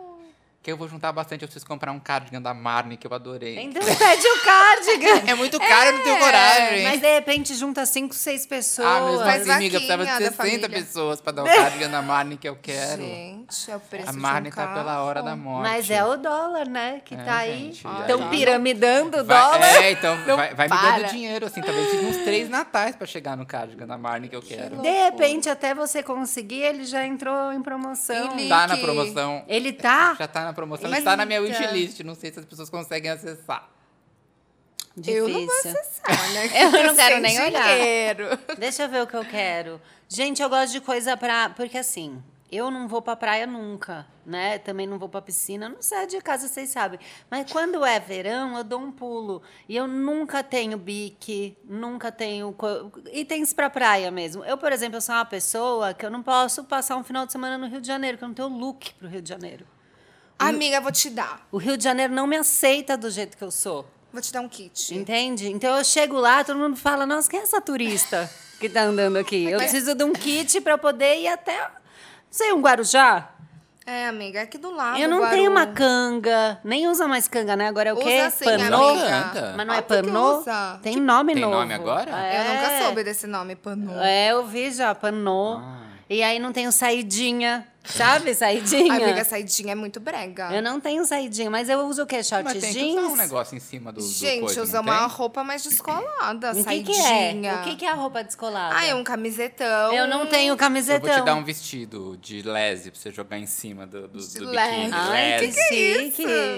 Que eu vou juntar bastante, eu preciso comprar um cardigan da Marne, que eu adorei. Então pede o [laughs] cardigan. É muito caro, eu não tenho É, coragem. Mas de repente junta cinco, seis pessoas. Ah, mas Faz amiga, eu precisava de vaquinha da 60 família. pessoas [laughs] pra dar o cardigan da Marne que eu quero. Gente, é o preço a de um Marne tá carro. pela hora da morte. Mas é o dólar, né, que É, tá aí. gente, e Estão aí? piramidando o Vai- dólar. É, então, Não vai, vai me para. dando dinheiro, assim. Talvez fique uns três natais pra chegar no cardigan da Marne que eu quero. De repente, até você conseguir, ele já entrou em promoção. Ele- Tá na que- promoção. Ele tá? Já tá na promoção, mas Eita. tá na minha então- wishlist. Não sei se as pessoas conseguem acessar. Eu não vou Difícil. acessar, né? [laughs] Eu não Sem quero nem olhar. [laughs] dinheiro. Deixa eu ver o que eu quero. Gente, eu gosto de coisa pra. Porque assim, eu não vou pra praia nunca, né? Também não vou pra piscina, não saio de casa, vocês sabem. Mas quando é verão, eu dou um pulo. E eu nunca tenho bique, nunca tenho. co- Itens pra praia mesmo. Eu, por exemplo, eu sou uma pessoa que eu não posso passar um final de semana no Rio de Janeiro, que eu não tenho look pro Rio de Janeiro. Amiga, vou te dar. O Rio de Janeiro não me aceita do jeito que eu sou. Vou te dar um kit. Entende? Então eu chego lá, todo mundo fala: nossa, quem é essa turista que tá andando aqui? Eu preciso de um kit pra poder ir até, não sei, um Guarujá. É, amiga, é aqui do lado. eu não Guaru. tenho uma canga, nem usa mais canga, né? Agora é o Usa quê? sim, panô? amiga. Canta. Mas não é Ah, por que panô? usa? Tipo, Tem nome Tem novo. nome agora? Eu É. nunca soube desse nome, Panu. É, eu vi já, panô. Ah. E aí não tenho saidinha, sabe? Saidinha. Ai, Amiga, saidinha é muito brega. eu não tenho saidinha, mas eu uso o quê? Short Mas tem que jeans? usar um negócio em cima do, do Gente, coisa, usa não uma tem? roupa mais descolada, o que, saidinha. que é? O que, que é a roupa descolada? Ah, é um camisetão. Eu não tenho Eu camisetão. vou te então. dar um vestido de lese pra você jogar em cima do, do, do De biquíni. lese. Ai, que lese. É,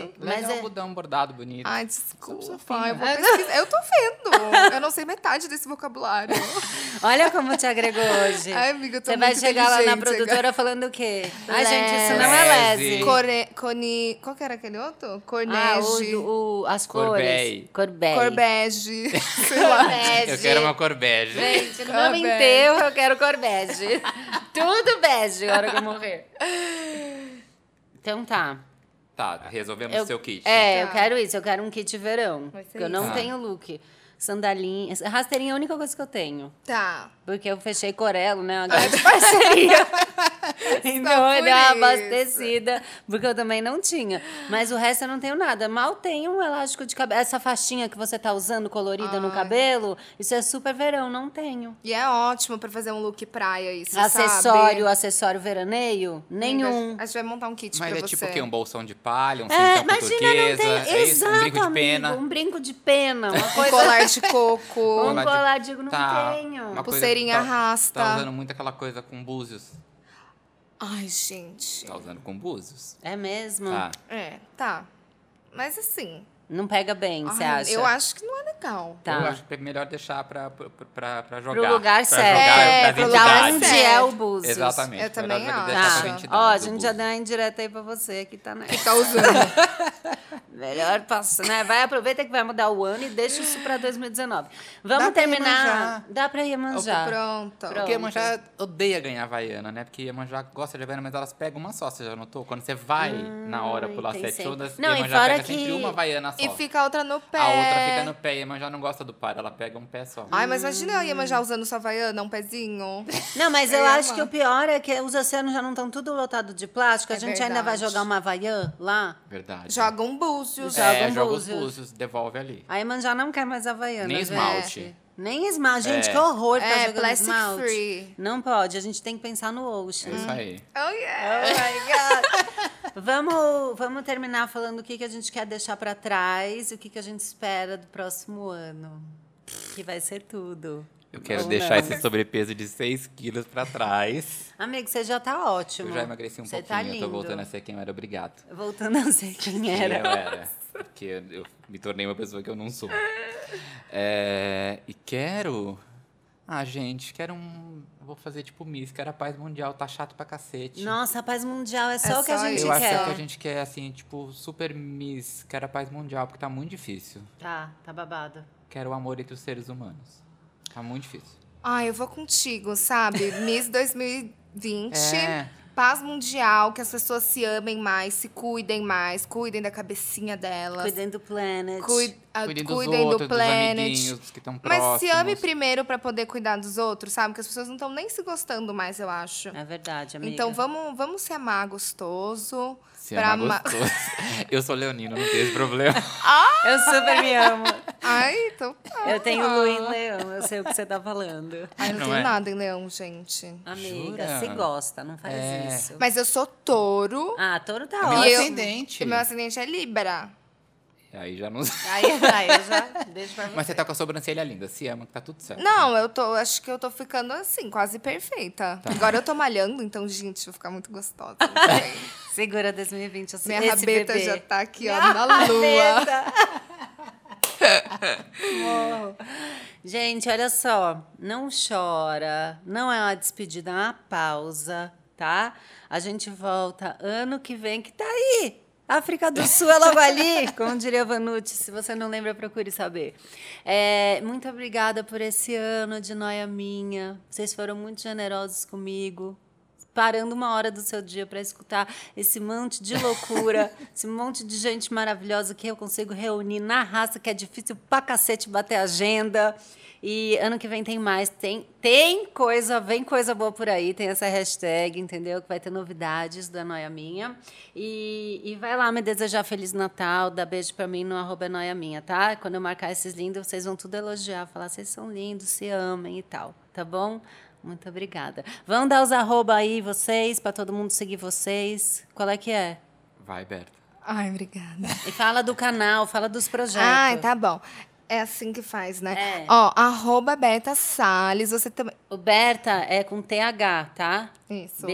chique. Mas Mas é um é... algodão bordado bonito. é Sou Ai, desculpa. fofinha. eu, vou pesquisar. eu tô [laughs] vendo. Eu não sei metade desse vocabulário. é, Olha como te agregou hoje. Ai, amiga, eu tô Você vai muito chegar lá na inteligente produtora falando o quê? lese. Ai, gente, isso não é Lese. lese. Corne, coni, qual que era aquele outro? Ah, Cornege. o, o- as Corbei. cores. Corbei. [laughs] Corbege. sei lá. Corbege. Eu quero uma cor bege. Gente, no nome Corbege. inteiro eu quero cor [laughs] bege. Tudo bege, a hora que eu morrer. Então tá. Tá, resolvemos o seu kit. É, Tá. eu quero isso, eu quero um kit verão. Vai ser Porque eu não isso. Tá. tenho look. Sandalinha. Rasteirinha é a única coisa que eu tenho. Tá. Porque eu fechei Corelo, né? Uma grande [laughs] parceria. então eu por dei uma isso. abastecida, porque eu também não tinha. Mas o resto eu não tenho nada. Mal tenho um elástico de cabelo. Essa faixinha que você tá usando colorida no Ai. cabelo, isso é super verão, não tenho. E é ótimo pra fazer um look praia isso, acessório, sabe? acessório veraneio? Nenhum. A gente vai montar um kit Mas pra é você. tipo o quê? Um bolsão de palha, um É, cintão com turquesa, é isso? Exato, um brinco de amigo, pena. Um brinco de pena, uma Um coisa. colar de [laughs] coco. Um colar de- colar, digo, não Tá, tenho. uma coisa- Pulseirinha tá- arrasta. Tá usando muito aquela coisa com búzios. Ai, gente. Tá usando com búzios? [laughs] É mesmo? Tá. É, tá. Mas assim, Não pega bem, você ai, acha? eu acho que não é legal. Tá. Eu acho que é melhor deixar pra, pra, pra, pra jogar. Pro lugar pra certo. Jogar, É, pras pro lugar entidades. Onde é o certo. Búzios? Exatamente. Eu também melhor acho. deixar pra Tá. entidade Ó, a do gente já búzio. deu uma indireta aí pra você que tá na. [laughs] Tá usando. Melhor passa, né? Vai, aproveita que vai mudar o ano e deixa isso pra 2019. Vamos Dá pra terminar. Iemanjá. Dá pra ir manjar. Pronto. Pronto. Porque Iemanjá odeia ganhar Havaiana, né? Porque Iemanjá gosta de Havaiana, mas elas pegam uma só, você já notou? Quando você vai na hora pular tem sete sempre. ondas, Ah, Não, e Iemanjá fora pega sempre que- uma Havaiana só. E fica a outra no pé. A outra fica no pé, Iemanjá não gosta do par, ela pega um pé só. Ai, mas imagina a Iemanjá usando sua Havaiana, [laughs] um pezinho. Não, mas eu Eu ia acho amar. que o pior é que os oceanos já não estão tudo lotado de plástico. a É gente ainda vai verdade. jogar uma Havaiã lá. Verdade. Joga um búzios. Joga é, um joga os búzios. búzios, devolve ali. A Iemanjá não quer mais Havaiana. Nem gente. esmalte. Nem esmalte. Gente, É. que horror ficar É, jogando plastic esmalte. free. Não pode. A gente tem que pensar no É ocean. isso aí. Oh, Oh yeah. my God. [laughs] vamos, vamos terminar falando o que, que a gente quer deixar pra trás e o que, que a gente espera do próximo ano. Que vai ser tudo. Eu quero Ou deixar não. esse sobrepeso de 6 quilos pra trás. Amigo, você já tá ótimo. Eu já emagreci um Você pouquinho, Tá eu lindo. tô voltando a ser é quem eu era, obrigado. Voltando a ser quem Quem né? eu era. era. Porque eu, eu me tornei uma pessoa que eu não [laughs] sou. É, e quero. Ah, gente, quero um. Vou fazer tipo Miss, quero a paz mundial, tá chato pra cacete. Nossa, paz mundial é só o que a só gente eu acho quer. que a gente quer, assim, tipo, super Miss, quero a paz mundial, porque tá muito difícil. Tá, tá babado. Quero o amor entre os seres humanos. Tá muito difícil. Ai, eu vou contigo, [laughs] sabe? Miss 2020. É. Paz mundial, que as pessoas se amem mais, se cuidem mais, cuidem da cabecinha delas. Cuidem do planet. Cui- ah, É, Cuidem Cuidem, dos do outros, dos planet. amiguinhos dos que estão Mas próximos. se ame primeiro pra poder cuidar dos outros, sabe? Porque as pessoas não estão nem se gostando mais, eu acho. É verdade, amiga. Então vamos, vamos se amar gostoso. Se pra ama ama- gostoso. [laughs] Eu sou leonino, não tem esse problema. Eu super me amo. Ai, então. tá. Eu tenho lua em leão, eu sei o que você tá falando. Ai, não, Não tenho é? nada em leão, gente. Amiga, Jura? se gosta, não faz É. isso. Mas eu sou touro. Ah, touro tá Meu E eu- ótimo. ascendente. E meu ascendente é Libra. Aí já não sei. Aí, é aí eu já deixo pra você. Mas você tá com a sobrancelha linda, se ama, que tá tudo certo. Não, eu tô. Acho que eu tô ficando assim, quase perfeita. Tá. Agora eu tô malhando, então, gente, vou ficar muito gostosa. Segura 2020, assim, Minha esse rabeta bebê. já tá aqui, ó, na lua. Rabeta. Morro. Gente, olha só. Não chora. Não é uma despedida, é uma pausa, tá? A gente volta ano que vem, que tá aí. África do Sul é logo ali, como diria Vanucci. Se você não lembra, procure saber. É, muito obrigada por esse ano de noia minha. Vocês foram muito generosos comigo parando uma hora do seu dia para escutar esse monte de loucura, esse monte de gente maravilhosa que eu consigo reunir na raça, que é difícil pra cacete bater agenda. E ano que vem tem mais, tem, tem coisa, vem coisa boa por aí, tem essa hashtag, entendeu? Que vai ter novidades da Noia Minha. E, e vai lá me desejar Feliz Natal, dá beijo pra mim no arroba é Noia Minha, tá? Quando eu marcar esses lindos, vocês vão tudo elogiar, falar, vocês são lindos, se amem e tal, tá bom? Muito obrigada. Vão dar os arroba aí, vocês, pra todo mundo seguir vocês. Qual é que é? Vai, [laughs] Berta. Ai, obrigada. E fala do canal, fala dos projetos. Ai, tá bom. É assim que faz, né? É. Ó, arroba Beta Salles, você também. O Berta é com TH, tá? Isso.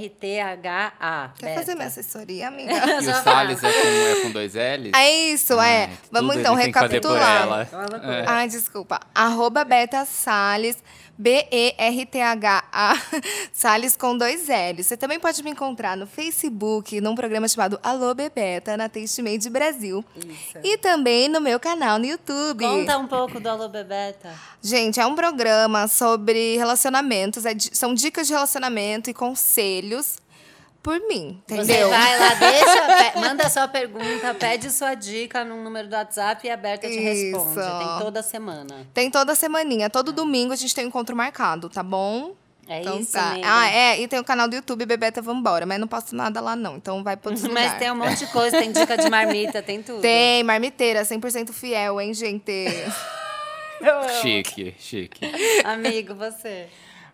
B-E-R-T-H-A. Quer Berta. fazer minha assessoria, amiga? E o Só Salles é com, é com dois L's? É isso, é. Ai, Vamos tudo então ele tem que fazer por recapitular. ela. É uma loucura. Ai, desculpa. Arroba Beta Salles. B-E-R-T-H-A [laughs] Salles com dois L. Você também pode me encontrar no Facebook, num programa chamado Alô Bebeta, na Taste Made Brasil. E também no meu canal no YouTube. Conta um pouco do Alô Bebeta. Gente, é um programa sobre relacionamentos. é di- são dicas de relacionamento e conselhos por mim, Você entendeu? vai lá, [laughs] deixa, pe- manda sua pergunta, pede sua dica num número do WhatsApp e a Berta te responde. Isso. Tem toda semana. Tem toda semaninha. Todo domingo a gente tem um encontro marcado, tá bom? É isso mesmo. Ah, é. E tem o canal do YouTube Bebeta Vambora, mas não posto nada lá, não. Então vai pra outros [laughs] Mas lugar. tem um monte de coisa, tem dica de marmita, tem tudo. Tem, marmiteira, 100% fiel, hein, gente? [laughs] Chique, chique. Amigo, você.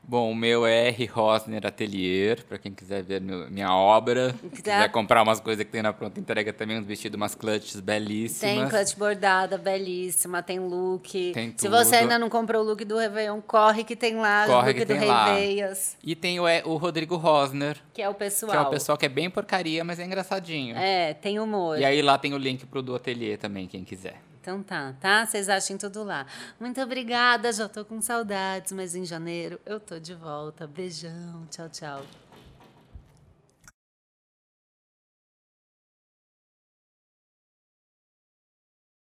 Bom, o meu é R. Rosner Atelier, pra quem quiser ver meu- minha obra. Se Quiser- quiser comprar umas coisas que tem na pronta entrega também, uns vestidos, umas clutches Tem belíssimas. clutch bordada, belíssima, tem look. Tem Se tudo. você ainda não comprou o look do Réveillon, corre que tem lá o Corre look que do tem lá. Réveillon, E tem o, é, o Rodrigo Rosner, que é o pessoal. que é o pessoal que é bem porcaria, mas é engraçadinho. É, tem humor. E aí lá tem o link pro do ateliê também, quem quiser. Então tá, tá? Vocês achem tudo lá. Muito obrigada, já tô com saudades, mas em janeiro eu tô de volta. Beijão, tchau, tchau.